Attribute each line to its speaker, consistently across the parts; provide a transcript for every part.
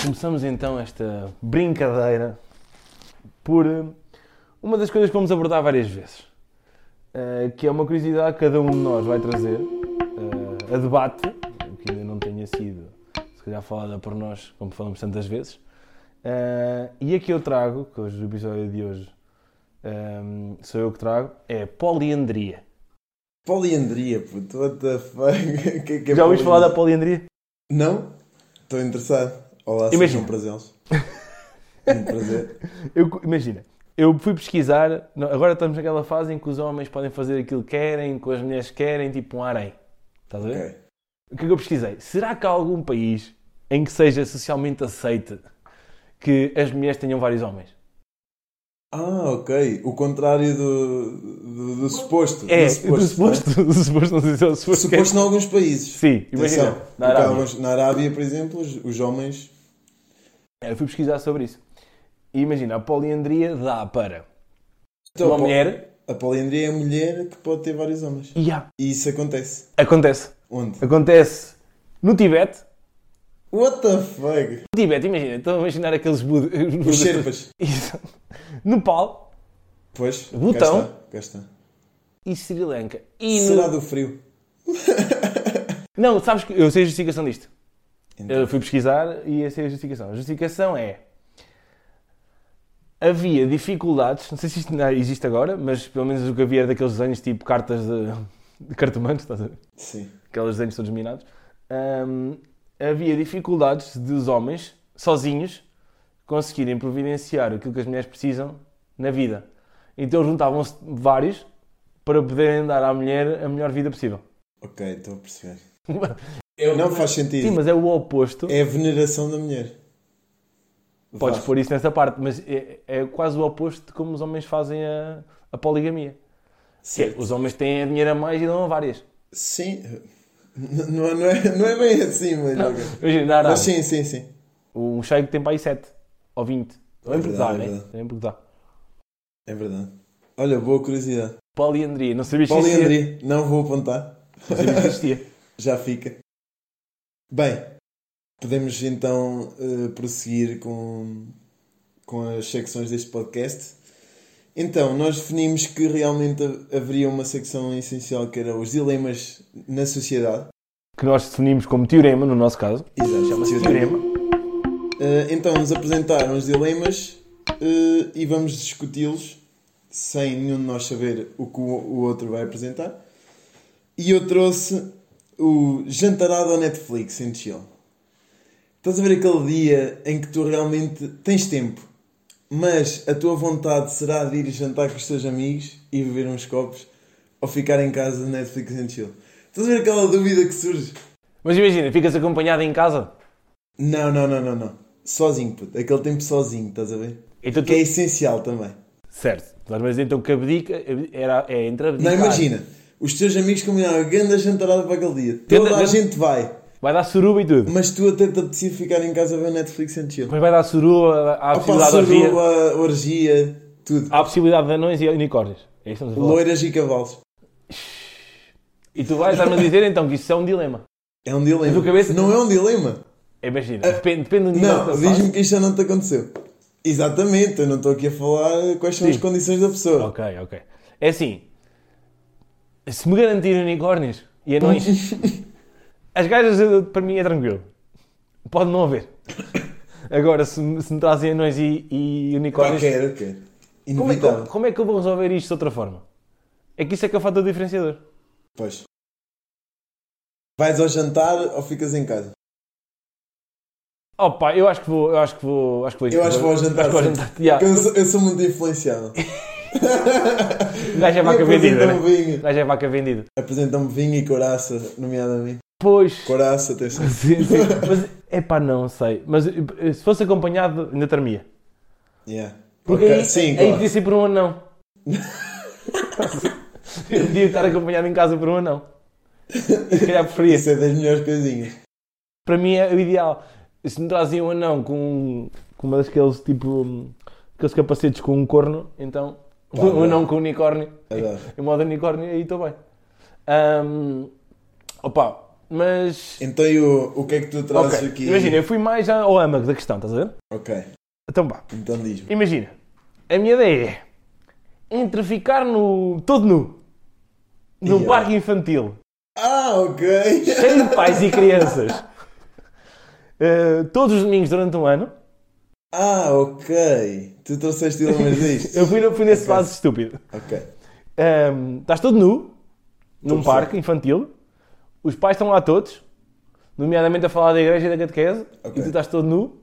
Speaker 1: começamos então esta brincadeira por eh, uma das coisas que vamos abordar várias vezes, eh, que é uma curiosidade que cada um de nós vai trazer eh, a debate, o que ainda não tenha sido, se calhar, falada por nós, como falamos tantas vezes. Eh, e a que eu trago, que hoje o episódio de hoje ehm, sou eu que trago, é poliandria.
Speaker 2: Poliandria, puto, what the fuck? Que é que é
Speaker 1: Já ouviste falar da
Speaker 2: poliandria?
Speaker 1: poliandria?
Speaker 2: Não? Estou interessado. Olá,
Speaker 1: Imagina.
Speaker 2: sejam prazeres. Um prazer.
Speaker 1: Eu cu- imagina, eu fui pesquisar, não, agora estamos naquela fase em que os homens podem fazer aquilo que querem, que as mulheres querem, tipo um harém. Estás a ver?
Speaker 2: Ok.
Speaker 1: O que é que eu pesquisei? Será que há algum país em que seja socialmente aceite que as mulheres tenham vários homens?
Speaker 2: Ah, ok. O contrário do, do, do suposto.
Speaker 1: É,
Speaker 2: do
Speaker 1: do suposto, do suposto, não sei se é o suposto. que é-
Speaker 2: Suposto em alguns países.
Speaker 1: Sim, imagina,
Speaker 2: Atenção,
Speaker 1: na
Speaker 2: porque há
Speaker 1: Arábia.
Speaker 2: alguns- na Arábia, por exemplo, os, os homens.
Speaker 1: Eu fui pesquisar sobre isso. E imagina, a poliandria dá para
Speaker 2: Então,
Speaker 1: uma
Speaker 2: a pol-
Speaker 1: mulher
Speaker 2: A poliandria é a mulher que pode ter vários homens.
Speaker 1: e há.
Speaker 2: E isso acontece.
Speaker 1: Acontece.
Speaker 2: Onde?
Speaker 1: Acontece no Tibete.
Speaker 2: What the fuck?
Speaker 1: No Tibete, imagina, estão a imaginar aqueles bud-
Speaker 2: Os
Speaker 1: budas-
Speaker 2: Sherpas.
Speaker 1: Isso. Nepal
Speaker 2: Pois, cá
Speaker 1: Botão.
Speaker 2: está, cá está.
Speaker 1: e Sri Lanka. E no-
Speaker 2: Será do frio?
Speaker 1: Não, sabes que eu sei a justificação disto.
Speaker 2: Então.
Speaker 1: Eu fui pesquisar e eu sei a justificação. A justificação é. Havia dificuldades, não sei se isto ainda existe agora, mas pelo menos o que havia era daqueles desenhos tipo cartas de, de cartomantes, estás a ver?
Speaker 2: Sim.
Speaker 1: Aqueles desenhos todos minados. Hum, havia dificuldades dos homens, sozinhos, conseguirem providenciar aquilo que as mulheres precisam na vida. Então juntavam-se vários para poderem dar à mulher a melhor vida possível.
Speaker 2: Ok, estou a perceber. Não faz sentido.
Speaker 1: Sim, mas é o oposto.
Speaker 2: É a veneração da mulher.
Speaker 1: Podes
Speaker 2: Vá.
Speaker 1: pôr isso nessa parte, mas é, é quase o oposto de como os homens fazem a, a poligamia. Que é,
Speaker 2: Certo.
Speaker 1: os homens têm dinheiro a mais e dão a várias.
Speaker 2: Sim. N- Não, não, é, não é bem assim, mas. ok.
Speaker 1: Imagina, na Arábia,
Speaker 2: Mas sim, sim, sim.
Speaker 1: um cheio que tem para aí 7 ou 20. Também porque dá,
Speaker 2: verdade, é
Speaker 1: né?
Speaker 2: verdade.
Speaker 1: Também porque dá.
Speaker 2: É verdade. Olha, boa curiosidade.
Speaker 1: Poliandria, não sabias que existia?
Speaker 2: Poliandria, não vou apontar.
Speaker 1: Não sabias que existia.
Speaker 2: Já fica. Bem, podemos então eh, prosseguir com, com as secções deste podcast. Então, nós definimos que realmente ha- haveria uma secção essencial que era os dilemas na sociedade.
Speaker 1: Que nós definimos como teorema, no nosso caso.
Speaker 2: Exato,
Speaker 1: Chama-se
Speaker 2: teorema.
Speaker 1: teorema.
Speaker 2: Eh, então, nos apresentaram os dilemas eh, e vamos discuti-los sem nenhum de nós saber o que o, o outro vai apresentar. E eu trouxe o Jantarado ao Netflix em Chill. Estás a ver aquele dia em que tu realmente tens tempo, mas a tua vontade será de ir jantar com os teus amigos e beber uns copos ou ficar em casa Netflix em Chill. Estás a ver aquela dúvida que surge?
Speaker 1: Mas imagina, ficas acompanhado em casa.
Speaker 2: Não, não, não, não, não. Sozinho, puto. Aquele tempo sozinho, estás a ver?
Speaker 1: Então tu-
Speaker 2: Que é essencial também.
Speaker 1: Certo. Mas então que abdica era, é entre
Speaker 2: Não,
Speaker 1: abdicar.
Speaker 2: imagina. Os teus amigos combinaram a grande jantarada para aquele dia. Toda
Speaker 1: Ganda-
Speaker 2: a
Speaker 1: ganda-
Speaker 2: gente vai.
Speaker 1: Vai dar suruba e tudo.
Speaker 2: Mas tu até te apetecia ficar em casa a ver Netflix and chill.
Speaker 1: Depois vai dar suruba, há a
Speaker 2: Opa,
Speaker 1: possibilidade Ah, de orgia.
Speaker 2: suruba, orgia, tudo.
Speaker 1: Há a possibilidade de anões e unicórnios. É isso que estamos a falar.
Speaker 2: Loiras e cavalos.
Speaker 1: E tu vais estar-me a dizer então que isso é um dilema.
Speaker 2: É um dilema.
Speaker 1: Na tua cabeça- então?
Speaker 2: Não é um dilema.
Speaker 1: Imagina, depende, depende do nível que
Speaker 2: É, Não,
Speaker 1: tu fazes.
Speaker 2: diz-me que isto já não te aconteceu. Exatamente, eu não estou aqui a falar quais são as condições da pessoa.
Speaker 1: Ok, ok. É assim, se me garantirem unicórnios e anões, as gajas eh, para mim é tranquilo. Pode não haver. Agora, se me, se me trazem anões e, e unicórnios,
Speaker 2: Qualquer, qualquer.
Speaker 1: como é, que,
Speaker 2: Inevitável.
Speaker 1: como é que eu vou resolver isto de outra forma? É que isso é que é o fator diferenciador.
Speaker 2: Pois. Vais ao jantar ou ficas em casa?
Speaker 1: Oh pá, eu acho que vou, eu acho que vou, acho que vou.
Speaker 2: Eu acho que vou ao jantar.
Speaker 1: Acho que vou ao
Speaker 2: sim.
Speaker 1: jantar. Yeah.
Speaker 2: Porque Eu, sou, eu sou muito influenciado.
Speaker 1: O gajo é vaca vendida, né?
Speaker 2: Apresentam-me vinho.
Speaker 1: O gajo é vaca vendida.
Speaker 2: Apresentam-me vinho e coraça, nomeadamente.
Speaker 1: Pois.
Speaker 2: Coraça, atenção.
Speaker 1: Sim, sim. Mas é pá, não sei. Mas eh, se fosse acompanhado, ainda tremia.
Speaker 2: Yeah.
Speaker 1: Porque é
Speaker 2: Ok,
Speaker 1: aí,
Speaker 2: sim,
Speaker 1: aí
Speaker 2: claro.
Speaker 1: podia ser por um anão. Eu podia estar acompanhado em casa por um anão. E se calhar preferia. assim.
Speaker 2: Isso é das melhores coisinhas.
Speaker 1: Para mim é o ideal. Se me traziam um anão com, com uma daqueles tipo. aqueles capacetes com um corno, então. um
Speaker 2: bem.
Speaker 1: anão com um unicórnio.
Speaker 2: Adoro.
Speaker 1: Em modo unicórnio, aí estou bem. Ahm, opa, Mas.
Speaker 2: Então, e o, o que é que tu trazes
Speaker 1: ok,
Speaker 2: aqui?
Speaker 1: Imagina, eu fui mais já ao âmago da questão, estás a ver?
Speaker 2: Ok,
Speaker 1: Então vá.
Speaker 2: então diz-me.
Speaker 1: Imagina, a minha ideia é entre ficar no, todo nu num
Speaker 2: Yeah.
Speaker 1: parque infantil
Speaker 2: Ah, ok.
Speaker 1: cheio de pais e crianças eh, todos os domingos durante um ano.
Speaker 2: Ah, ok. Tu trouxeste dilemas disto.
Speaker 1: Eu fui, eu fui nesse base estúpido.
Speaker 2: Ok.
Speaker 1: Ahm, estás todo nu num
Speaker 2: Estou a
Speaker 1: parque infantil, os pais estão lá todos, nomeadamente a falar da igreja e da catequese,
Speaker 2: Ok.
Speaker 1: e tu estás todo nu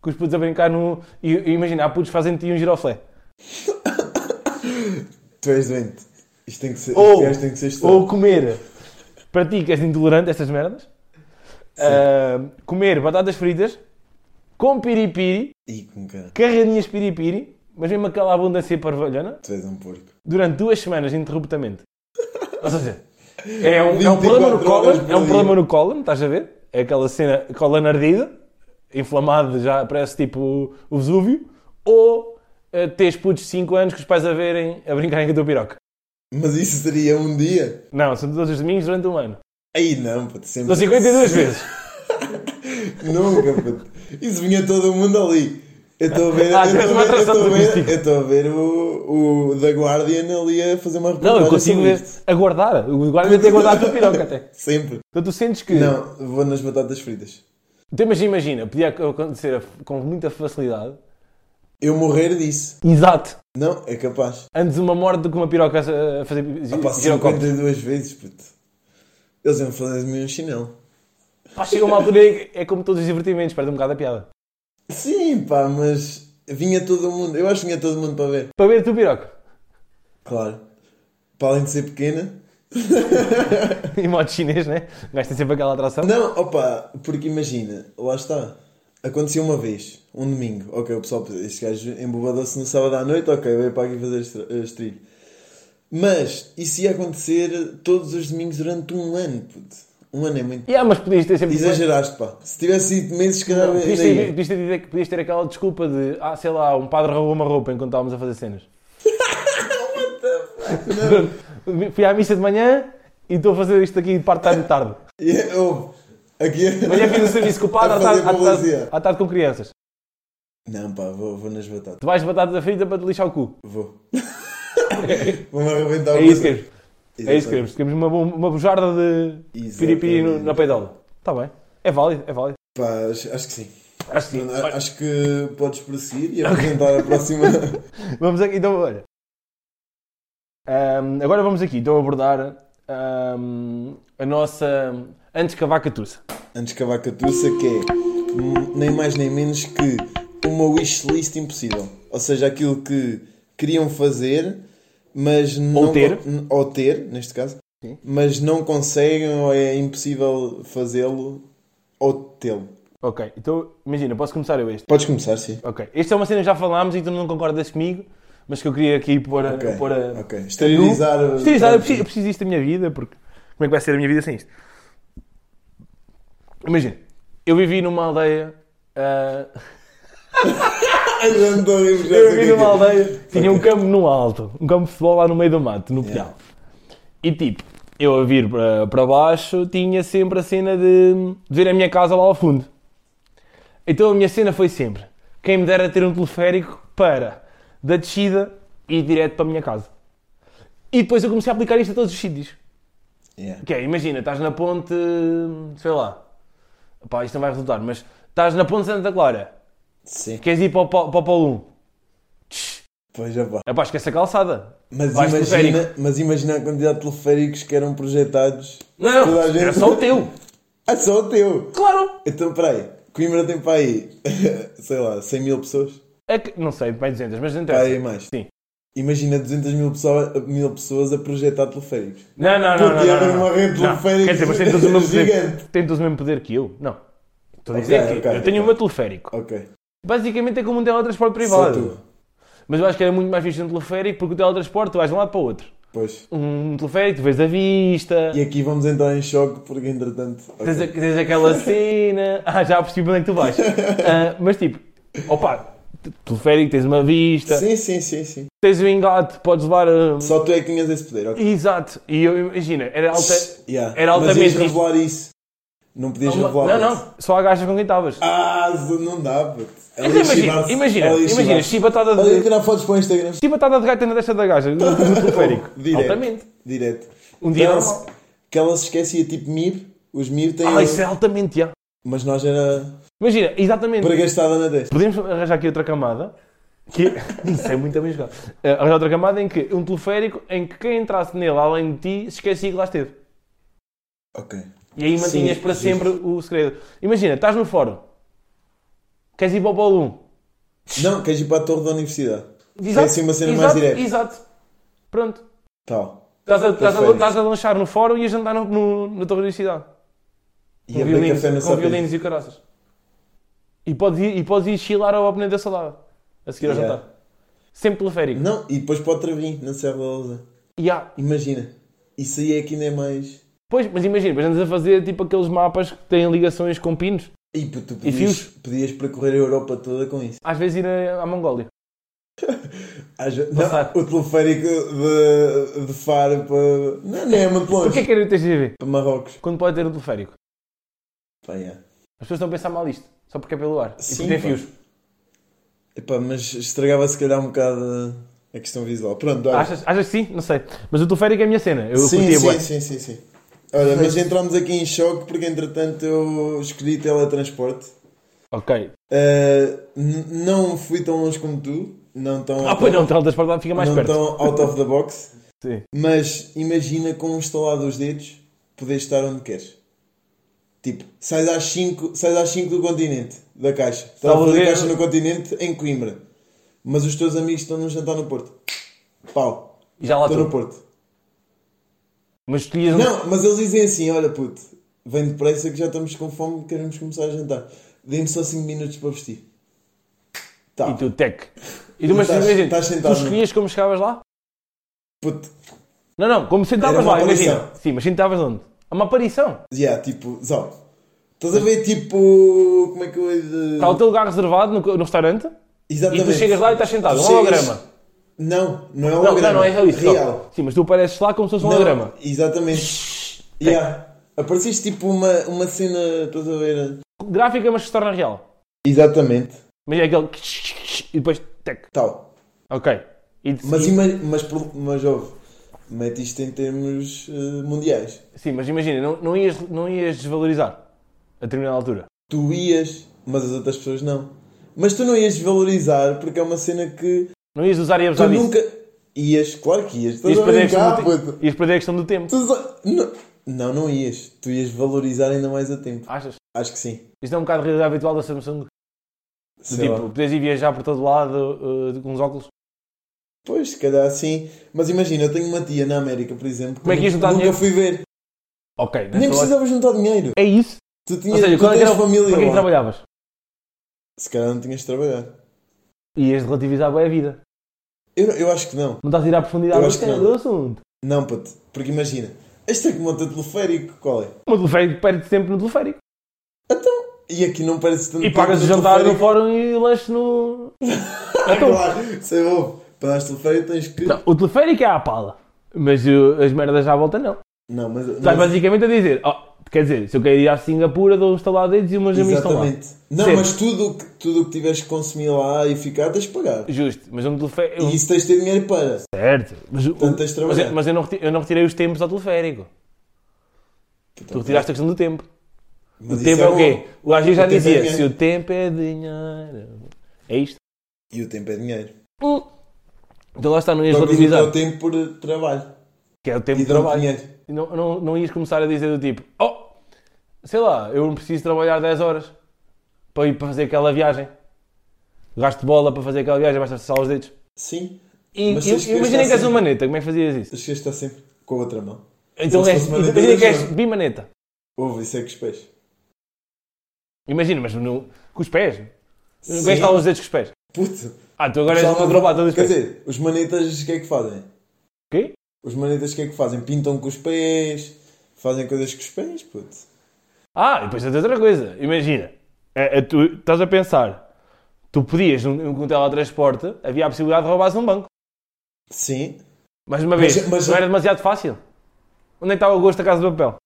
Speaker 1: com os putos a brincar no. E, e imagina, há putos fazem te um giroflé.
Speaker 2: Tu és doente. Isto tem que ser.
Speaker 1: ou,
Speaker 2: este gajo tem que ser estranho.
Speaker 1: ou comer para ti que és intolerante a estas merdas ah, comer batatas fritas com piripiri
Speaker 2: Ih, com cara.
Speaker 1: carradinhas piripiri mas mesmo aquela abundância parvalhona
Speaker 2: Tu és um porco.
Speaker 1: durante duas semanas interruptamente ou seja é um, é um
Speaker 2: 24
Speaker 1: problema no
Speaker 2: horas
Speaker 1: cólon
Speaker 2: por
Speaker 1: é um
Speaker 2: dia.
Speaker 1: problema no cólon estás a ver é aquela cena cólon ardida inflamado já parece tipo o Vesúvio ou ah, teres putos de 5 anos que os pais a verem a brincarem com a tua piroca
Speaker 2: Mas isso seria um dia?
Speaker 1: não, são todos os domingos durante um ano
Speaker 2: Aí não, puto. Sempre.
Speaker 1: São 52 vezes.
Speaker 2: Nunca, puto. Isso vinha todo mundo ali. Eu estou a ver.
Speaker 1: Ah,
Speaker 2: eu
Speaker 1: tens
Speaker 2: estou
Speaker 1: uma
Speaker 2: a ver- eu
Speaker 1: atração
Speaker 2: estou a ver,
Speaker 1: turística.
Speaker 2: eu estou a ver o, o The Guardian ali a fazer uma
Speaker 1: Não,
Speaker 2: reportagem.
Speaker 1: eu consigo
Speaker 2: sobre
Speaker 1: ver.
Speaker 2: isto.
Speaker 1: Aguardar. O guarda tem que aguardar a tua piroca até.
Speaker 2: Sempre.
Speaker 1: Então tu sentes que.
Speaker 2: Não, vou nas batatas fritas.
Speaker 1: Então, mas imagina, podia acontecer a- com muita facilidade.
Speaker 2: Eu morrer disso.
Speaker 1: Exato.
Speaker 2: Não, é capaz.
Speaker 1: Antes uma morte do que uma piroca a a fazer
Speaker 2: Ah, pá,
Speaker 1: girar o um copo.
Speaker 2: 52 vezes, puto. Eles iam fazer de mim um chinelo.
Speaker 1: Pá, chega uma altura em que é como todos os divertimentos, perde um bocado a piada.
Speaker 2: Sim, pá, mas vinha todo mundo. Eu acho que vinha todo mundo para ver.
Speaker 1: Para ver a tua piroca.
Speaker 2: Claro. Para além de ser pequena.
Speaker 1: Em modo chinês, né? O gajo tem sempre aquela atração.
Speaker 2: Não, opa, porque imagina, lá está. Aconteceu uma vez, um domingo. Ok, o pessoal, este gajo embobadou-se no sábado à noite, ok, veio para aqui fazer estra- eh, estrilho. Mas isso ia acontecer todos os domingos durante um ano, puto. Um ano é muito.
Speaker 1: Yeah, mas podias ter sempre.
Speaker 2: Exageraste, pá. Se tivesse ido meses, se calhar.
Speaker 1: Não, Podias
Speaker 2: ainda
Speaker 1: ter,
Speaker 2: ia.
Speaker 1: podias, ter, podias ter aquela desculpa de, ah, sei lá, um padre roubou uma roupa enquanto estávamos a fazer cenas. Pronto, Fui à missa de manhã e estou a fazer isto aqui de part-time de tarde.
Speaker 2: E- oh, aqui é-
Speaker 1: Amanhã fiz um serviço com o padre,
Speaker 2: A
Speaker 1: à tarde,
Speaker 2: fazer
Speaker 1: à, tarde,
Speaker 2: poesia.
Speaker 1: à tarde com crianças.
Speaker 2: Não, pá, vou, vou nas batatas.
Speaker 1: Tu vais de batata frita para te lixar o cu.
Speaker 2: Vou. Vou-me arrebentar o
Speaker 1: É isso que
Speaker 2: braço.
Speaker 1: queremos. É isso que queremos. Queremos uma, bo- uma bujarda de
Speaker 2: Exatamente.
Speaker 1: piripiri no- na peidola. Está bem. É válido, é válido.
Speaker 2: Pá, acho, acho que sim.
Speaker 1: Acho que sim.
Speaker 2: A- Acho que podes prosseguir e apresentar a próxima.
Speaker 1: Vamos aqui, então, olha. Ahm, agora vamos aqui, então, abordar ahm, a nossa. Antes que a vaca tussa.
Speaker 2: Antes que a vaca tussa, que é hum, nem mais nem menos que uma wishlist impossível. Ou seja, aquilo que queriam fazer, mas não.
Speaker 1: ter.
Speaker 2: con- Ou ter, neste caso.
Speaker 1: Sim.
Speaker 2: Mas não conseguem ou é impossível fazê-lo ou tê-lo.
Speaker 1: Ok, então, imagina, posso começar eu este.
Speaker 2: Podes começar, sim.
Speaker 1: Ok, esta é uma cena que já falámos e tu não concordas comigo, mas que eu queria aqui pôr a.
Speaker 2: Ok,
Speaker 1: Pôr a
Speaker 2: ok. Exteriorizar o-
Speaker 1: Exteriorizar, eu preciso, eu preciso disto da minha vida, porque como é que vai ser a minha vida sem isto? Imagina, eu vivi numa aldeia. ah,
Speaker 2: Ai, já me estou a rir, já
Speaker 1: eu
Speaker 2: sei o
Speaker 1: vivi
Speaker 2: que é que
Speaker 1: numa
Speaker 2: é.
Speaker 1: aldeia, tinha um campo no alto, um campo de futebol lá no meio do mato, no
Speaker 2: Yeah.
Speaker 1: pedal. E tipo, eu a vir para, para baixo tinha sempre a cena de, de ver a minha casa lá ao fundo. Então a minha cena foi sempre: quem me dera ter um teleférico para da descida e direto para a minha casa. E depois eu comecei a aplicar isto a todos os sítios.
Speaker 2: Yeah.
Speaker 1: Que é, imagina, estás na ponte. sei lá. Pá, isto não vai resultar, mas estás na ponte Santa Clara,
Speaker 2: Sim.
Speaker 1: queres ir para o, pa- para o Polo 1. Tch,
Speaker 2: Pois, opá.
Speaker 1: Epá, esquece a calçada.
Speaker 2: Mas
Speaker 1: Vais de
Speaker 2: imagina, mas imagina a quantidade de teleféricos que eram projetados.
Speaker 1: Não,
Speaker 2: Toda a gente-
Speaker 1: era só o teu.
Speaker 2: Ah, só o teu!
Speaker 1: Claro!
Speaker 2: Então, peraí. Coimbra tem para aí, sei lá, 100 mil pessoas?
Speaker 1: É que- não sei, mais 200, mas não
Speaker 2: Para
Speaker 1: interessa.
Speaker 2: aí mais.
Speaker 1: Sim.
Speaker 2: Imagina 200 mil pessoas, mil pessoas a projetar teleféricos.
Speaker 1: Não, não, não. não,
Speaker 2: Porque era
Speaker 1: não,
Speaker 2: uma
Speaker 1: não.
Speaker 2: rede
Speaker 1: Não,
Speaker 2: teleférica
Speaker 1: Quer dizer, mas tem todos o mesmo
Speaker 2: gigante. Então
Speaker 1: poder. Tem todos o mesmo poder que eu? Não. Estou a dizer
Speaker 2: Ok,
Speaker 1: que
Speaker 2: ok,
Speaker 1: eu tenho
Speaker 2: ok.
Speaker 1: o meu teleférico.
Speaker 2: Ok.
Speaker 1: Basicamente é como um teletransporte
Speaker 2: Só
Speaker 1: privado.
Speaker 2: tu.
Speaker 1: Mas eu acho que era muito mais visto um teleférico porque o teletransporte tu vais de um lado para o outro.
Speaker 2: Pois.
Speaker 1: Um teleférico, tu vês a vista,
Speaker 2: E é aqui vamos entrar em choque porque entretanto. ok.
Speaker 1: tens, a- tens aquela cena. Ah, já percebi para onde é que tu vais. Ah, mas tipo, opa, te- teleférico, tens uma vista,
Speaker 2: Sim, sim, sim, sim.
Speaker 1: tens o engate, podes levar. ah, a-
Speaker 2: Só tu é que tinhas esse poder, ok.
Speaker 1: Exato. E eu imagina, era alta.
Speaker 2: Yeah.
Speaker 1: era
Speaker 2: Mas ias
Speaker 1: altamente-
Speaker 2: revelar isso. Não podias
Speaker 1: Não,
Speaker 2: revelar
Speaker 1: não,
Speaker 2: isso.
Speaker 1: não, só agachas com quem estavas.
Speaker 2: Ah, não dá, puto. Ela
Speaker 1: Então
Speaker 2: ia
Speaker 1: imagina,
Speaker 2: chivar-se.
Speaker 1: imagina,
Speaker 2: Ela ia
Speaker 1: imagina,
Speaker 2: chivar-se.
Speaker 1: chibatada
Speaker 2: Olha,
Speaker 1: de.
Speaker 2: tirar fotos para o Instagram.
Speaker 1: Chibatada de gaita na testa da gaja, no, no teleférico.
Speaker 2: Direto.
Speaker 1: Altamente.
Speaker 2: Direto.
Speaker 1: Um
Speaker 2: Que
Speaker 1: dia
Speaker 2: ela,
Speaker 1: normal.
Speaker 2: se, que ela se esquecia, tipo MIB. Os MIB têm. um-
Speaker 1: Ah, isso é altamente, já.
Speaker 2: Mas nós era.
Speaker 1: Imagina, exatamente.
Speaker 2: Para gastada na testa.
Speaker 1: Podemos arranjar aqui outra camada. Que... Isso é muito bem jogado. Eh, Arranjar outra camada em que um teleférico em que quem entrasse nele além de ti se esquecia que lá esteve.
Speaker 2: Ok.
Speaker 1: E aí mantinhas
Speaker 2: Sim,
Speaker 1: para
Speaker 2: justo.
Speaker 1: sempre o segredo. Imagina, estás no fórum. Queres ir para o um? bolo 1?
Speaker 2: Não, queres ir para a torre da universidade. Foi assim uma cena
Speaker 1: exato,
Speaker 2: mais direta.
Speaker 1: Exato. Pronto.
Speaker 2: Tal.
Speaker 1: Estás a, estás, a,
Speaker 2: Perfeito.
Speaker 1: estás a lanchar no fórum e a jantar no, no, na Torre da Universidade.
Speaker 2: E
Speaker 1: Com
Speaker 2: abrir
Speaker 1: violinos,
Speaker 2: café na
Speaker 1: com
Speaker 2: sapê.
Speaker 1: violinos e caraças. E podes ir, e podes ir chilar ao abonete da salada. A seguir ao
Speaker 2: Yeah.
Speaker 1: jantar. Sempre teleférico.
Speaker 2: Não, e depois para o Travim, na Serra da Lousa.
Speaker 1: E há.
Speaker 2: Imagina. Isso aí é que ainda é mais.
Speaker 1: Pois, mas imagina, mas andas a fazer tipo aqueles mapas que têm ligações com pinos.
Speaker 2: E pô, tu
Speaker 1: E
Speaker 2: podias,
Speaker 1: fios?
Speaker 2: podias percorrer a Europa toda com isso.
Speaker 1: Às vezes ir a- à Mongólia.
Speaker 2: Às ve-
Speaker 1: Passar.
Speaker 2: não, o teleférico de, de Faro para. Não, não é muito longe.
Speaker 1: O que é que era o TGV?
Speaker 2: Para Marrocos.
Speaker 1: Quando pode ter um teleférico.
Speaker 2: Pá, yeah.
Speaker 1: As pessoas estão a pensar mal isto. Só porque é pelo ar. e
Speaker 2: Sim,
Speaker 1: porque tem
Speaker 2: pá.
Speaker 1: fios.
Speaker 2: Epá, mas estragava se calhar um bocado a questão visual. Pronto, olha.
Speaker 1: Achas, achas que sim? Não sei. Mas o teleférico é a minha cena. Eu
Speaker 2: sim,
Speaker 1: curtia bué.
Speaker 2: sim, sim, sim, sim. Olha, mas entramos aqui em choque porque entretanto eu escolhi teletransporte.
Speaker 1: Ok.
Speaker 2: Uh, n- não fui tão longe como tu, não tão,
Speaker 1: Ah, pois não, o teletransporte fica mais
Speaker 2: não
Speaker 1: perto.
Speaker 2: tão out of the box,
Speaker 1: Sim.
Speaker 2: mas imagina com um estalar dos dedos poderes estar onde queres. Tipo, sais às 5, sais às 5 do continente, da caixa. Estás a
Speaker 1: Estava a
Speaker 2: fazer
Speaker 1: ver-
Speaker 2: caixa no continente em Coimbra. Mas os teus amigos estão num jantar no Porto. Pau,
Speaker 1: E já lá
Speaker 2: estou no
Speaker 1: estou.
Speaker 2: Porto.
Speaker 1: Mas escolhias um.
Speaker 2: Não, mas eles dizem assim: olha puto, vem depressa que já estamos com fome, queremos começar a jantar. Dê-me só 5 minutos para vestir. Tá.
Speaker 1: E tu, tech. E tu, mas
Speaker 2: Estás-
Speaker 1: imagina,
Speaker 2: estás
Speaker 1: tu
Speaker 2: sentado, não?
Speaker 1: escolhias como chegavas lá?
Speaker 2: Puto,
Speaker 1: Não, não, como
Speaker 2: Era
Speaker 1: sentavas
Speaker 2: uma
Speaker 1: lá, imagina.
Speaker 2: aparição.
Speaker 1: Sim, mas sentavas onde? A uma aparição.
Speaker 2: yeah, tipo, Zau. Estás a ver tipo. Como é que eu hei de.
Speaker 1: Está o teu lugar reservado no, no restaurante e
Speaker 2: Exatamente.
Speaker 1: tu chegas lá e estás sentado.
Speaker 2: Tu
Speaker 1: Um
Speaker 2: chegas-
Speaker 1: holograma.
Speaker 2: Não, não é
Speaker 1: Não, não,
Speaker 2: holograma.
Speaker 1: não, é realista.
Speaker 2: Real.
Speaker 1: Sim, mas tu apareces lá como se fosse um
Speaker 2: Não,
Speaker 1: holograma.
Speaker 2: Exatamente. Yeah. Apareceste tipo uma, uma cena. Estás a ver?
Speaker 1: Gráfica, mas que se torna real.
Speaker 2: Exatamente.
Speaker 1: Mas é aquele. E depois. Tec.
Speaker 2: Tal.
Speaker 1: Ok. E de-
Speaker 2: Mas,
Speaker 1: e-
Speaker 2: ima... mas, pro- mas ouve, mete isto em termos eh, mundiais.
Speaker 1: Sim, mas imagina, não, não, ias, não ias desvalorizar a determinada altura.
Speaker 2: Tu ias, mas as outras pessoas não. Mas tu não ias desvalorizar porque é uma cena que
Speaker 1: Não ias usar e
Speaker 2: tu
Speaker 1: abusar disso.
Speaker 2: nunca ias, claro que ias. Estás
Speaker 1: Ias
Speaker 2: a
Speaker 1: perder, a questão
Speaker 2: brincar,
Speaker 1: do te-
Speaker 2: puto.
Speaker 1: ias perder a questão do tempo.
Speaker 2: Tu só- não, não, não ias. Tu ias valorizar ainda mais o tempo.
Speaker 1: Achas?
Speaker 2: Acho que sim.
Speaker 1: Isto é um bocado de realidade habitual da Samsung.
Speaker 2: Sei
Speaker 1: tipo,
Speaker 2: lá.
Speaker 1: podes ir viajar por todo lado uh, com os óculos.
Speaker 2: Pois, se calhar sim. Mas imagina, eu tenho uma tia na América, por exemplo,
Speaker 1: Como é que
Speaker 2: eu
Speaker 1: ias juntar
Speaker 2: nunca
Speaker 1: dinheiro?
Speaker 2: fui ver.
Speaker 1: Ok, nessa
Speaker 2: Nem
Speaker 1: hora-
Speaker 2: precisava juntar dinheiro.
Speaker 1: É isso?
Speaker 2: Tu tinhas,
Speaker 1: Ou seja,
Speaker 2: tu
Speaker 1: quando é que
Speaker 2: tens
Speaker 1: eras-
Speaker 2: família
Speaker 1: Para quem
Speaker 2: lá.
Speaker 1: trabalhavas?
Speaker 2: Se calhar não tinhas de trabalhar.
Speaker 1: Ias relativizar bem a é vida.
Speaker 2: Eu, eu acho que não.
Speaker 1: Não estás a ir à profundidade
Speaker 2: Eu
Speaker 1: do
Speaker 2: acho que
Speaker 1: tema
Speaker 2: não.
Speaker 1: do assunto.
Speaker 2: Não, puto, porque imagina, este é que monta teleférico, qual é?
Speaker 1: O teleférico perde sempre no teleférico.
Speaker 2: Então, e aqui não parece tanto.
Speaker 1: E pagas o
Speaker 2: tanto
Speaker 1: jantar no
Speaker 2: teleférico.
Speaker 1: fórum e lanche no. Então,
Speaker 2: Claro, sei lá, para dar teleférico tens que. Não,
Speaker 1: não, o teleférico é à pala. Mas uh, as merdas à volta não.
Speaker 2: mas.
Speaker 1: Estás
Speaker 2: mas-
Speaker 1: basicamente a dizer, ó, quer dizer, se eu quero ir à Singapura, dou um estalar de dedos e umas amigos estão lá.
Speaker 2: Exatamente. Não,
Speaker 1: Sempre.
Speaker 2: mas tudo o que, tudo o que tiveres que consumir lá e ficar, tens de pagar.
Speaker 1: Justo, mas um teleférico.
Speaker 2: E isso tens de ter dinheiro para.
Speaker 1: Certo, mas, o-
Speaker 2: Portanto, tens de
Speaker 1: mas,
Speaker 2: trabalhar.
Speaker 1: eu, mas eu não reti- eu não retirei os tempos ao teleférico. Tu retiraste a questão do tempo.
Speaker 2: Mas
Speaker 1: O
Speaker 2: isso
Speaker 1: tempo é o
Speaker 2: bom.
Speaker 1: quê? O Agir já
Speaker 2: O tempo é
Speaker 1: dizia:
Speaker 2: dinheiro.
Speaker 1: se o tempo é dinheiro. É isto?
Speaker 2: E o tempo é dinheiro.
Speaker 1: Hum. Então lá está, não ias
Speaker 2: Só que
Speaker 1: relativizar.
Speaker 2: o tempo por trabalho.
Speaker 1: Que é o tempo
Speaker 2: E
Speaker 1: de
Speaker 2: dão
Speaker 1: trabalho.
Speaker 2: dinheiro.
Speaker 1: Não, não, não ias começar a dizer do tipo: oh, sei lá, eu não preciso trabalhar 10 horas para ir para fazer aquela viagem. Gasto bola para fazer aquela viagem, basta acessar os dedos.
Speaker 2: Sim,
Speaker 1: E,
Speaker 2: Mas
Speaker 1: e-
Speaker 2: tens que
Speaker 1: e imagina
Speaker 2: gastar
Speaker 1: que és
Speaker 2: sempre.
Speaker 1: uma maneta, como é que fazias isso?
Speaker 2: as pessoas estão sempre com a outra mão.
Speaker 1: Então
Speaker 2: se
Speaker 1: és,
Speaker 2: fosse uma maneta,
Speaker 1: imagina que és
Speaker 2: deixa-me.
Speaker 1: bimaneta.
Speaker 2: Ouve, isso é que os pés.
Speaker 1: Imagina, mas no- com os pés. Não
Speaker 2: Sim.
Speaker 1: vais estar os dedos com os pés.
Speaker 2: Puto.
Speaker 1: Ah, tu agora és
Speaker 2: Só
Speaker 1: uma
Speaker 2: não-
Speaker 1: acrobata dos
Speaker 2: Quer
Speaker 1: pés.
Speaker 2: dizer, os manetas o que é que fazem?
Speaker 1: Quê?
Speaker 2: Os manetas o que é que fazem? Pintam com os pés, fazem coisas com os pés, puto.
Speaker 1: Ah, e depois tens outra coisa. Imagina, é, é tu estás a pensar, Tu podias, num, num teletransporte, havia a possibilidade de roubares um banco.
Speaker 2: Sim.
Speaker 1: Mais uma
Speaker 2: Mas- é,
Speaker 1: vez,
Speaker 2: mas-
Speaker 1: não era demasiado fácil. Onde é que estava o gosto da Casa do Papel?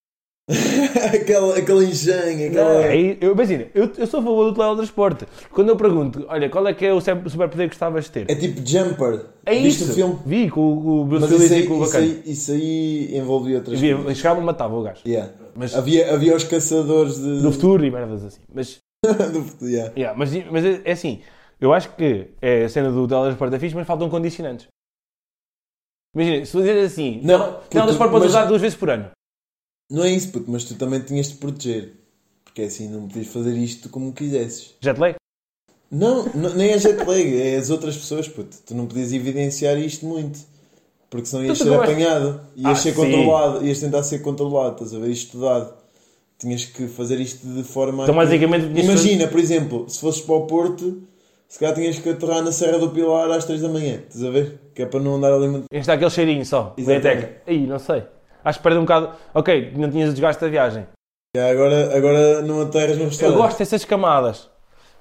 Speaker 2: aquele, aquele engenho, aquela.
Speaker 1: Aí, eu, imagina, eu, eu sou a favor do teletransporte. Quando eu pergunto, olha, qual é que é o se- superpoder que gostavas de ter?
Speaker 2: É tipo Jumper.
Speaker 1: É
Speaker 2: Viste
Speaker 1: isso.
Speaker 2: o filme?
Speaker 1: Vi com o- o Bruce
Speaker 2: Mas isso
Speaker 1: Willis e
Speaker 2: aí,
Speaker 1: com o
Speaker 2: isso,
Speaker 1: bacana.
Speaker 2: aí, isso aí envolvia outras coisas.
Speaker 1: Vi, Chegava e matava o gajo.
Speaker 2: Yeah.
Speaker 1: Mas-
Speaker 2: Havia, havia os caçadores de...
Speaker 1: Do futuro e merdas assim. Mas,
Speaker 2: do futuro, yeah.
Speaker 1: yeah, mas, mas é, é assim, eu acho que é a cena do teletransporte é fixe, mas faltam condicionantes. Imagina, se tu dizes assim,
Speaker 2: Não,
Speaker 1: não,
Speaker 2: puto,
Speaker 1: teletransporte podes
Speaker 2: mas-
Speaker 1: usar duas vezes por ano.
Speaker 2: Não é isso, puto, mas tu também tinhas de proteger. Porque assim, não podias fazer isto como quisesses.
Speaker 1: Jet lag?
Speaker 2: Não, n- nem é jet lag, é as outras pessoas, puto. Tu não podias evidenciar isto muito. Porque senão ias
Speaker 1: Tu
Speaker 2: ser
Speaker 1: também-
Speaker 2: apanhado. Ias
Speaker 1: Ah,
Speaker 2: ser
Speaker 1: sim.
Speaker 2: controlado, ias tentar ser controlado, estás a ver? Estudado. Tinhas que fazer isto de forma... a
Speaker 1: Então,
Speaker 2: que-
Speaker 1: basicamente, tinhas que
Speaker 2: Imagina, por exemplo, se fosses para o Porto, se calhar tinhas que aterrar na Serra do Pilar às 3 da manhã, estás a ver? Que é para não andar ali muito...
Speaker 1: Este dá aquele cheirinho só,
Speaker 2: Exatamente.
Speaker 1: biblioteca. Aí, não sei. Acho que perde um bocado. Ok, não tinhas o desgaste da viagem.
Speaker 2: Já, agora, agora não aterras no
Speaker 1: Eu
Speaker 2: restaurante.
Speaker 1: gosto dessas camadas.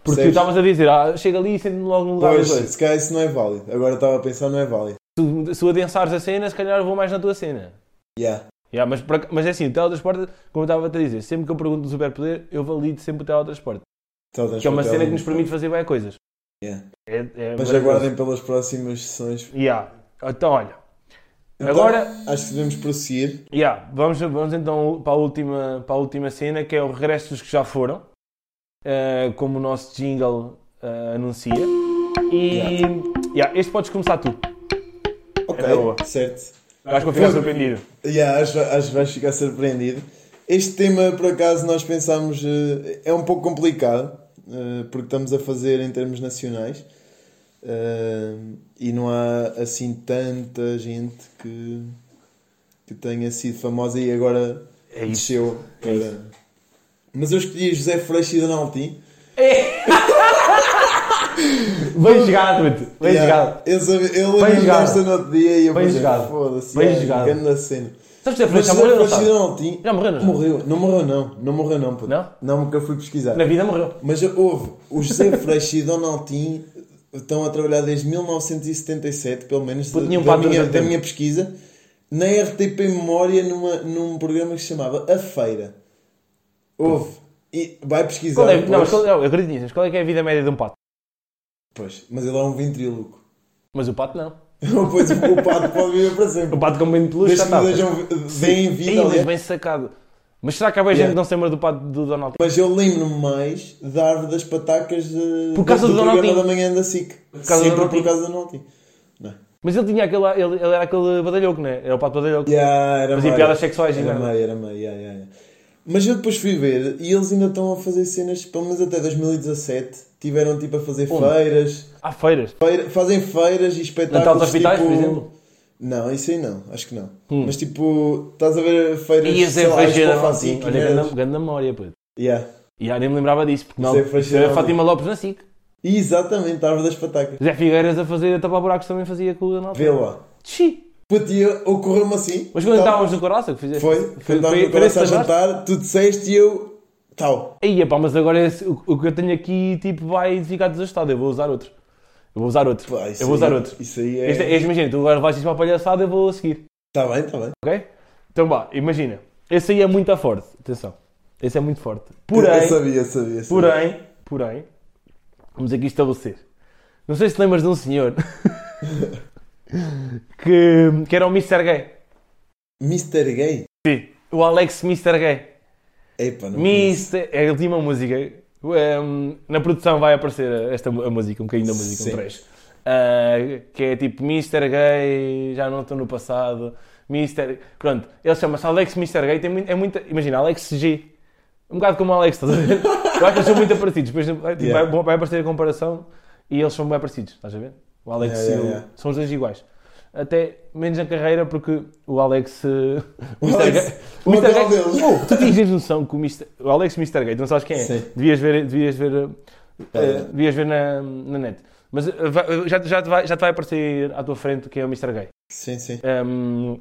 Speaker 1: Porque
Speaker 2: Percebes?
Speaker 1: estavas a dizer, ah, chega ali e sente-me logo no lugar.
Speaker 2: Pois,
Speaker 1: dos dois.
Speaker 2: se calhar isso não é válido. Agora estava a pensar, não é válido.
Speaker 1: Se, se adensares a cena, se calhar eu vou mais na tua cena.
Speaker 2: Yeah.
Speaker 1: Yeah, mas, por ac- mas é assim, o teletransporte, como eu estava a te dizer, sempre que eu pergunto do superpoder, eu valido sempre o teletransporte.
Speaker 2: Teletransporte
Speaker 1: Que é uma cena que
Speaker 2: algo.
Speaker 1: nos permite fazer bem coisas.
Speaker 2: um. Yeah.
Speaker 1: É, é
Speaker 2: Mas
Speaker 1: maravilhoso.
Speaker 2: aguardem pelas próximas sessões.
Speaker 1: Yeah. Então, olha.
Speaker 2: Então,
Speaker 1: Agora,
Speaker 2: Acho que devemos prosseguir.
Speaker 1: yeah, vamos, vamos então para a, última, para a última cena, que é o regresso dos que já foram. eh, como o nosso jingle eh, anuncia. E. yeah, este podes começar tu.
Speaker 2: Ok,
Speaker 1: Era É boa.
Speaker 2: certo.
Speaker 1: Acho que eu ficar surpreendido.
Speaker 2: Yeah, acho, acho que vais ficar surpreendido. Este tema, por acaso, nós pensámos. eh, é um pouco complicado, eh, porque estamos a fazer em termos nacionais eh, e não há assim tanta gente que, que tenha sido famosa e agora
Speaker 1: É isso.
Speaker 2: desceu. para-
Speaker 1: isso.
Speaker 2: Mas eu escolhi José Freixo e Donaldi.
Speaker 1: Bem jogado, Beto. Bem
Speaker 2: Yeah,
Speaker 1: jogado.
Speaker 2: ah, Eu, sabia- eu lembro-me
Speaker 1: jogado.
Speaker 2: desta no outro dia e eu
Speaker 1: Bem
Speaker 2: pensei,
Speaker 1: jogado.
Speaker 2: foda-se,
Speaker 1: Bem
Speaker 2: é,
Speaker 1: jogado.
Speaker 2: grande cena.
Speaker 1: Sabes que a
Speaker 2: Mas
Speaker 1: Freixo já
Speaker 2: José
Speaker 1: morreu, não
Speaker 2: Freixo e
Speaker 1: sabe?
Speaker 2: Donaldi
Speaker 1: Já morreu, não já?
Speaker 2: Morreu, não morreu não, não morreu não, puto.
Speaker 1: Não?
Speaker 2: nunca fui pesquisar.
Speaker 1: Na vida morreu.
Speaker 2: Mas houve, o José Freixo e Donaldin estão a trabalhar desde 1977, pelo menos,
Speaker 1: Puto,
Speaker 2: da,
Speaker 1: nenhum
Speaker 2: da
Speaker 1: pato
Speaker 2: minha,
Speaker 1: durante
Speaker 2: da
Speaker 1: tempo.
Speaker 2: minha pesquisa, na RTP Memória, numa, num programa que se chamava A Feira. Houve, e vai pesquisar.
Speaker 1: Qual é, não, mas
Speaker 2: depois.
Speaker 1: qual, não, eu acredito nisso, mas qual é que é a vida média de um pato?
Speaker 2: Pois, mas ele é um ventríloco.
Speaker 1: Mas o pato não.
Speaker 2: pois o pato pode viver para sempre.
Speaker 1: O Um pato com bem de luz já tá,
Speaker 2: Desde
Speaker 1: está.
Speaker 2: que me dejam, deem vida, É.
Speaker 1: Ih, mas
Speaker 2: aliás.
Speaker 1: bem sacado. Mas será que há bem gente
Speaker 2: Yeah.
Speaker 1: que não se lembra do pato do Donald Trump?
Speaker 2: Mas eu lembro-me mais da árvore das patacas de,
Speaker 1: Por causa
Speaker 2: do,
Speaker 1: do
Speaker 2: programa
Speaker 1: Donaldinho.
Speaker 2: da manhã da SIC.
Speaker 1: causa do
Speaker 2: Sempre por
Speaker 1: Donaldinho.
Speaker 2: causa do Donaldinho. Não.
Speaker 1: Mas ele tinha aquele, ele, ele era aquele badalhoco, né? Era o pato badalhoco.
Speaker 2: Yeah, era
Speaker 1: Fazia
Speaker 2: meio.
Speaker 1: piadas sexuais é? e
Speaker 2: Era
Speaker 1: merda.
Speaker 2: meio, era meio, yeah, yeah, yeah. Mas eu depois fui ver e eles ainda estão a fazer cenas, pelo menos até 2017. Tiveram tipo a fazer feiras.
Speaker 1: Há feiras.
Speaker 2: Feira- fazem feiras e espetáculos.
Speaker 1: Natal dos Hospitais,
Speaker 2: tipo-
Speaker 1: por exemplo? Hum.
Speaker 2: Não, isso aí não, acho que não. Mas tipo, estás a ver feiras.
Speaker 1: E a Zé
Speaker 2: sei lá, né?
Speaker 1: Freixo
Speaker 2: Expo
Speaker 1: era
Speaker 2: Fazic,
Speaker 1: Olha,
Speaker 2: merdas.
Speaker 1: grande, grande memória, puto.
Speaker 2: Yeah.
Speaker 1: E ah, nem me lembrava disso, porque não.
Speaker 2: Zé Freixo
Speaker 1: Era
Speaker 2: era
Speaker 1: Fátima Lopes na SIC.
Speaker 2: Exatamente, a árvore das patacas.
Speaker 1: Zé Figueiras a fazer a tapar buracos também fazia com o Donald
Speaker 2: Vê
Speaker 1: Trump.
Speaker 2: lá.
Speaker 1: Tchi.
Speaker 2: Puto, e eu- ocorreu-me assim.
Speaker 1: Mas quando
Speaker 2: Tá-
Speaker 1: estávamos no Coraça, que fizeste.
Speaker 2: Foi, foi, estávamos no
Speaker 1: nesse
Speaker 2: coração a
Speaker 1: jantar?
Speaker 2: jantar, tu disseste e eu. Tal.
Speaker 1: Aí, pá, mas agora esse- o, o que eu tenho aqui tipo, vai ficar desastado. Eu vou usar outro. Eu vou usar outro.
Speaker 2: Pá,
Speaker 1: eu
Speaker 2: isso
Speaker 1: vou
Speaker 2: aí-
Speaker 1: usar outro.
Speaker 2: Isso aí é.
Speaker 1: Este, é- este, imagina, tu agora vais dizer uma palhaçada, eu vou seguir.
Speaker 2: Tá bem, tá bem.
Speaker 1: Ok? Então vá, imagina. Esse aí é muito forte. Atenção. Esse é muito forte.
Speaker 2: Eu
Speaker 1: Porém,
Speaker 2: sabia, eu sabia. eu sabia.
Speaker 1: porém, porém, vamos aqui estabelecer. Não sei se te lembras de um senhor que, que era o Mr. Gay.
Speaker 2: Mr. Gay?
Speaker 1: Sim, o Alex Mr. Gay.
Speaker 2: Epa, não. conheço.
Speaker 1: Mister, é, ele tinha uma música. um, na produção vai aparecer esta mu- a música, um bocadinho da música,
Speaker 2: Sim.
Speaker 1: um trecho. Ah, que é tipo Mr. Gay, já não estou no passado. Mr. Pronto, ele chama-se Alex Mr. Gay. Tem muito, é muito, imagina, Alex G. Um bocado como o Alex, estás a ver? Eu acho que eles são muito parecidos. Depois tipo,
Speaker 2: Yeah.
Speaker 1: vai, vai aparecer a comparação e eles são bem parecidos, estás a ver? O Alex
Speaker 2: Yeah,
Speaker 1: e
Speaker 2: yeah,
Speaker 1: o-
Speaker 2: yeah.
Speaker 1: são os dois iguais. Até menos na carreira, porque o Alex. eh, O Mr.
Speaker 2: Alex-
Speaker 1: Gay-
Speaker 2: o
Speaker 1: Mr.
Speaker 2: hotel
Speaker 1: Gay-
Speaker 2: deles.
Speaker 1: Oh, tu tens noção que o, Mr. o Alex Mr. Gay, tu não sabes quem é?
Speaker 2: Sim.
Speaker 1: Devias ver, devias ver, eh,
Speaker 2: É.
Speaker 1: devias ver na, na net. Mas eh, vai- já, já, te vai, já te vai aparecer à tua frente quem é o Mr. Gay. Ehm,
Speaker 2: Sim, sim.
Speaker 1: Um,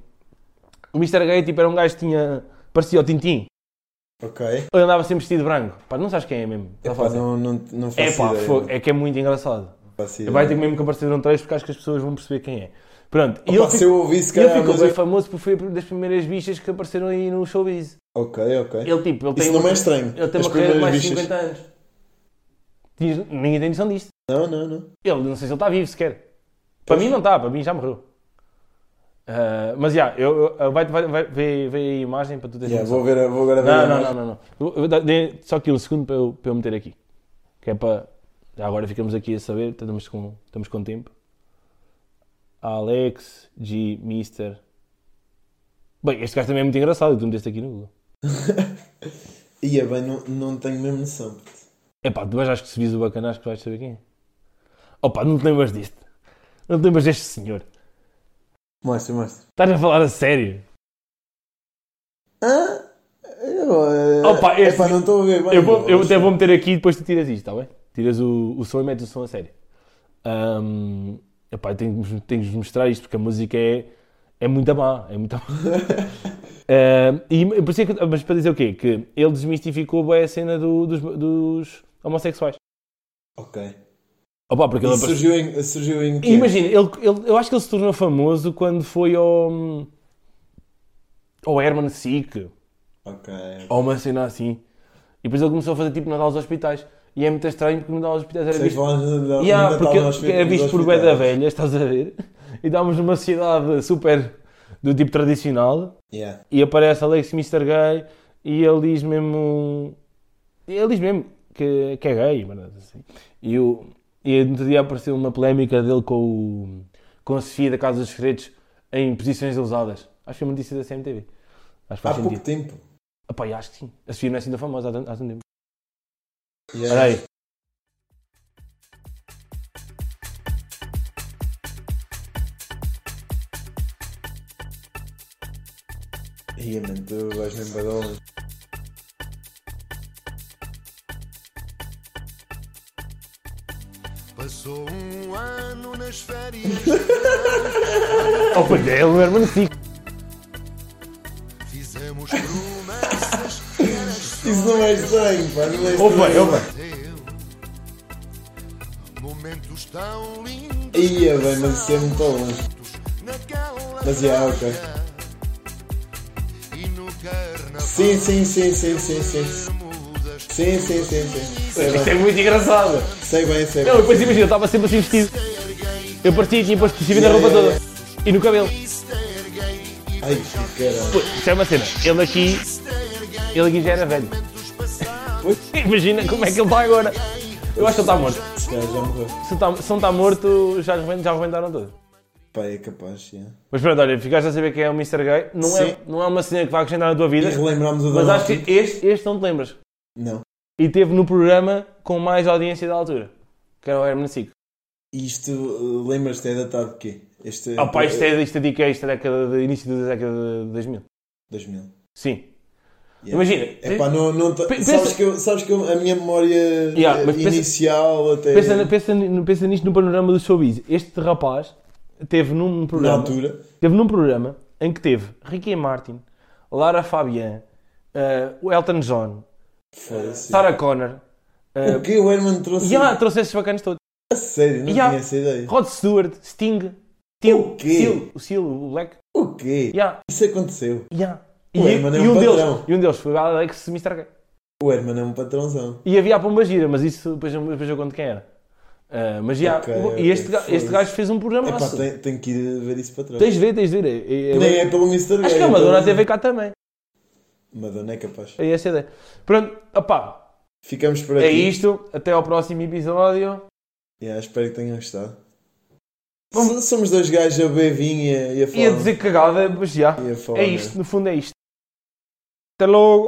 Speaker 1: o Mr. Gay tipo, era um gajo que tinha. parecia o Tintim.
Speaker 2: Ok.
Speaker 1: Ele andava sempre vestido de branco. Pá, não sabes quem é mesmo. Ele
Speaker 2: Epá,
Speaker 1: fala assim,
Speaker 2: não, não, não
Speaker 1: É
Speaker 2: faço
Speaker 1: pá,
Speaker 2: ideia.
Speaker 1: fogo,
Speaker 2: não
Speaker 1: é que é muito engraçado.
Speaker 2: faço ideia.
Speaker 1: Vai ter mesmo que aparecer um trecho porque acho que as pessoas vão perceber quem é. Pronto, e
Speaker 2: Opa,
Speaker 1: ele,
Speaker 2: se eu ouvisse,
Speaker 1: ele
Speaker 2: calhar,
Speaker 1: ficou
Speaker 2: mas
Speaker 1: bem
Speaker 2: eu-
Speaker 1: famoso porque foi das primeiras bichas que apareceram aí no showbiz.
Speaker 2: Ok, ok.
Speaker 1: Ele tipo, ele
Speaker 2: Isso
Speaker 1: tem,
Speaker 2: não é estranho.
Speaker 1: ele tem
Speaker 2: As
Speaker 1: uma carreira de
Speaker 2: primeiras
Speaker 1: mais de
Speaker 2: bichas.
Speaker 1: 50 anos. Diz- ninguém tem noção disto.
Speaker 2: Não, não, não.
Speaker 1: Ele, não sei se ele está vivo sequer. Para mim não está, para mim já morreu. Ah, mas já, eu, eu- vai, vai, vai, vê, vê aí a imagem para tu teres
Speaker 2: Yeah,
Speaker 1: noção.
Speaker 2: vou, ver, a- vou agora ver. a
Speaker 1: Não, não, não,
Speaker 2: imagem.
Speaker 1: não. não. Eu- eu dou- dê só aqui um segundo para eu, para eu meter aqui. Que é para. Já agora ficamos aqui a saber, estamos com, estamos com tempo. Alex G. Mister. Bem, este gajo também é muito engraçado, tu meteste aqui no Google.
Speaker 2: Ia bem, não, não tenho mesmo noção. puto.
Speaker 1: Epá, tu vais, acho que se vis o bacana, acho que vais saber quem é. Opa, não te lembras disto. Não te lembras deste senhor.
Speaker 2: Mostra, mostra.
Speaker 1: Estás a falar a sério.
Speaker 2: Ah, eu,
Speaker 1: Opa,
Speaker 2: é,
Speaker 1: este-
Speaker 2: epá, não estou a ver bem.
Speaker 1: Eu, vou- eu
Speaker 2: mas-
Speaker 1: até vou meter aqui e depois tu tiras isto, está bem? Tiras o, o som e metes o som a sério. Ahm, epá, eu tenho, de- tenho de vos mostrar isto porque a música é, é muito má. É muito má. Ahm, e por isso é que- mas para dizer o quê? Que ele desmistificou bué a cena do- dos, dos homossexuais.
Speaker 2: Ok.
Speaker 1: Opa, porque ele
Speaker 2: E
Speaker 1: apareceu-
Speaker 2: surgiu em, surgiu em
Speaker 1: E
Speaker 2: quê?
Speaker 1: Imagina, ele, ele- eu acho que ele se tornou famoso quando foi ao. ao Herman Sick,
Speaker 2: Ok.
Speaker 1: ou uma cena assim. E depois ele começou a fazer tipo Natal aos hospitais. E é muito estranho porque o Natal aos hospitais era
Speaker 2: Vocês
Speaker 1: visto.
Speaker 2: falam de- de-
Speaker 1: Yeah,
Speaker 2: de Natal
Speaker 1: porque
Speaker 2: nos
Speaker 1: porque era visto por bué
Speaker 2: hospitais.
Speaker 1: da velha, estás a ver? E estávamos numa cidade super do tipo tradicional.
Speaker 2: Yeah.
Speaker 1: E aparece Alex Mr. Gay e ele diz mesmo. Ele diz mesmo que, que é gay, mano, assim. E, o, e no outro dia apareceu uma polémica dele com, o, com a Sofia da Casa dos Segredos em posições ousadas. Acho que é uma notícia da CMTV. Acho que
Speaker 2: Há
Speaker 1: faz
Speaker 2: pouco
Speaker 1: sentido.
Speaker 2: tempo.
Speaker 1: Apá, e acho que sim. A Sofia não é assim tão famosa há tanto, há tanto tempo.
Speaker 2: Yeah.
Speaker 1: Espera aí.
Speaker 2: Ia, mano, tu vais mesmo para longe.
Speaker 3: Passou um ano nas férias,
Speaker 1: Oh, pois é, ele era manecico.
Speaker 3: fizemos promessas que eras
Speaker 2: Isso não é estranho, pá, não é estranho.
Speaker 1: Opa, opa.
Speaker 3: teu. Momentos tão lindos
Speaker 2: Ia bem, mas isso é muito longe.
Speaker 3: naquela
Speaker 2: Mas yeah, ok.
Speaker 3: praia. E no carnaval
Speaker 2: Sim, sim, sim, sim, sim, sim.
Speaker 3: mudas
Speaker 2: Sim, sim, sim, sim. Sei
Speaker 1: Isto
Speaker 2: bem,
Speaker 1: é muito engraçado.
Speaker 2: sei bem, sei
Speaker 1: Ele
Speaker 2: bem.
Speaker 1: depois imagina, eu estava sempre assim vestido. Eu tipo, parecia e tinha posto vestido na roupa toda. E no cabelo.
Speaker 3: Easter gay e
Speaker 2: Ai, que caralho.
Speaker 1: Pô, Isso é uma cena. Ele aqui. Ele aqui já era velho.
Speaker 3: momentos passados
Speaker 1: Imagina como é que ele está agora. Eu acho que ele está morto.
Speaker 2: Já, já morreu.
Speaker 1: Se está- se não está morto, já arrebentam- já arrebentaram tudo.
Speaker 2: Pá, é capaz, yeah.
Speaker 1: Mas pronto, olha, ficaste a saber quem é o Mr. Gay. Não
Speaker 2: Sim.
Speaker 1: é, não é uma cena que vai acrescentar na tua
Speaker 2: E
Speaker 1: vida,
Speaker 2: relembramos o
Speaker 1: mas
Speaker 2: Donald
Speaker 1: acho
Speaker 2: Trump?
Speaker 1: que este, este não te lembras.
Speaker 2: Não.
Speaker 1: E teve no programa com mais audiência da altura, que era o Herman Sico.
Speaker 2: E Isto, uh, lembras-te, é datado de quê? Este...
Speaker 1: Ah pá, isto é, isto é, dica, isto é década de, início da década de 2000.
Speaker 2: 2000.
Speaker 1: Sim.
Speaker 2: Yeah.
Speaker 1: Imagina,
Speaker 2: É pá, não... não ta-
Speaker 1: Pe-
Speaker 2: sabes,
Speaker 1: pensa-
Speaker 2: que eu, sabes que eu- a minha memória
Speaker 1: Yeah,
Speaker 2: eh,
Speaker 1: mas pensa-
Speaker 2: inicial até...
Speaker 1: pensa, na- pensa, ni- pensa nisto no panorama do showbiz. Este rapaz teve num
Speaker 2: na
Speaker 1: programa...
Speaker 2: altura.
Speaker 1: Teve num programa em que teve Ricky Martin, Lara Fabian, eh, o Elton John,
Speaker 2: Foda-se.
Speaker 1: Sarah Connor, eh,
Speaker 2: O que o Herman trouxe?
Speaker 1: e ah, trouxe esses bacanas todos.
Speaker 2: A sério, não
Speaker 1: Yeah.
Speaker 2: tinha essa ideia.
Speaker 1: Rod Stewart, Sting, Till,
Speaker 2: quê?
Speaker 1: Seal, o Seal, o Black.
Speaker 2: O quê?
Speaker 1: Yeah,
Speaker 2: Isso aconteceu.
Speaker 1: yeah. E,
Speaker 2: O Herman é
Speaker 1: e
Speaker 2: um
Speaker 1: um deles,
Speaker 2: patrão.
Speaker 1: e um deles foi o Alex Mr. Gay.
Speaker 2: O Herman é um patrãozão.
Speaker 1: E havia a Pomba Gira, mas isso depois, eu- depois eu conto quem era. Eh, mas já,
Speaker 2: Ok,
Speaker 1: e este,
Speaker 2: ok,
Speaker 1: ga- este
Speaker 2: foi.
Speaker 1: gajo fez um programa.
Speaker 2: Epá, tenho, tenho que ir ver isso para trás.
Speaker 1: Tens de ver, tens de ver. É- é- é-
Speaker 2: Nem é pelo Mr.
Speaker 1: acho
Speaker 2: Gay,
Speaker 1: que a
Speaker 2: é
Speaker 1: Madonna
Speaker 2: pelo-
Speaker 1: até veio cá também.
Speaker 2: Madonna é capaz.
Speaker 1: É essa a ideia. Pronto, opá,
Speaker 2: Ficamos por aqui.
Speaker 1: É isto, até ao próximo episódio.
Speaker 2: Yeah, espero que tenham gostado.
Speaker 1: Vamos-
Speaker 2: So- Somos dois gajos a beber vinho e a, e a falar.
Speaker 1: Ia dizer cagada, mas já.
Speaker 2: e a falar
Speaker 1: É isto, no fundo é isto. Até logo.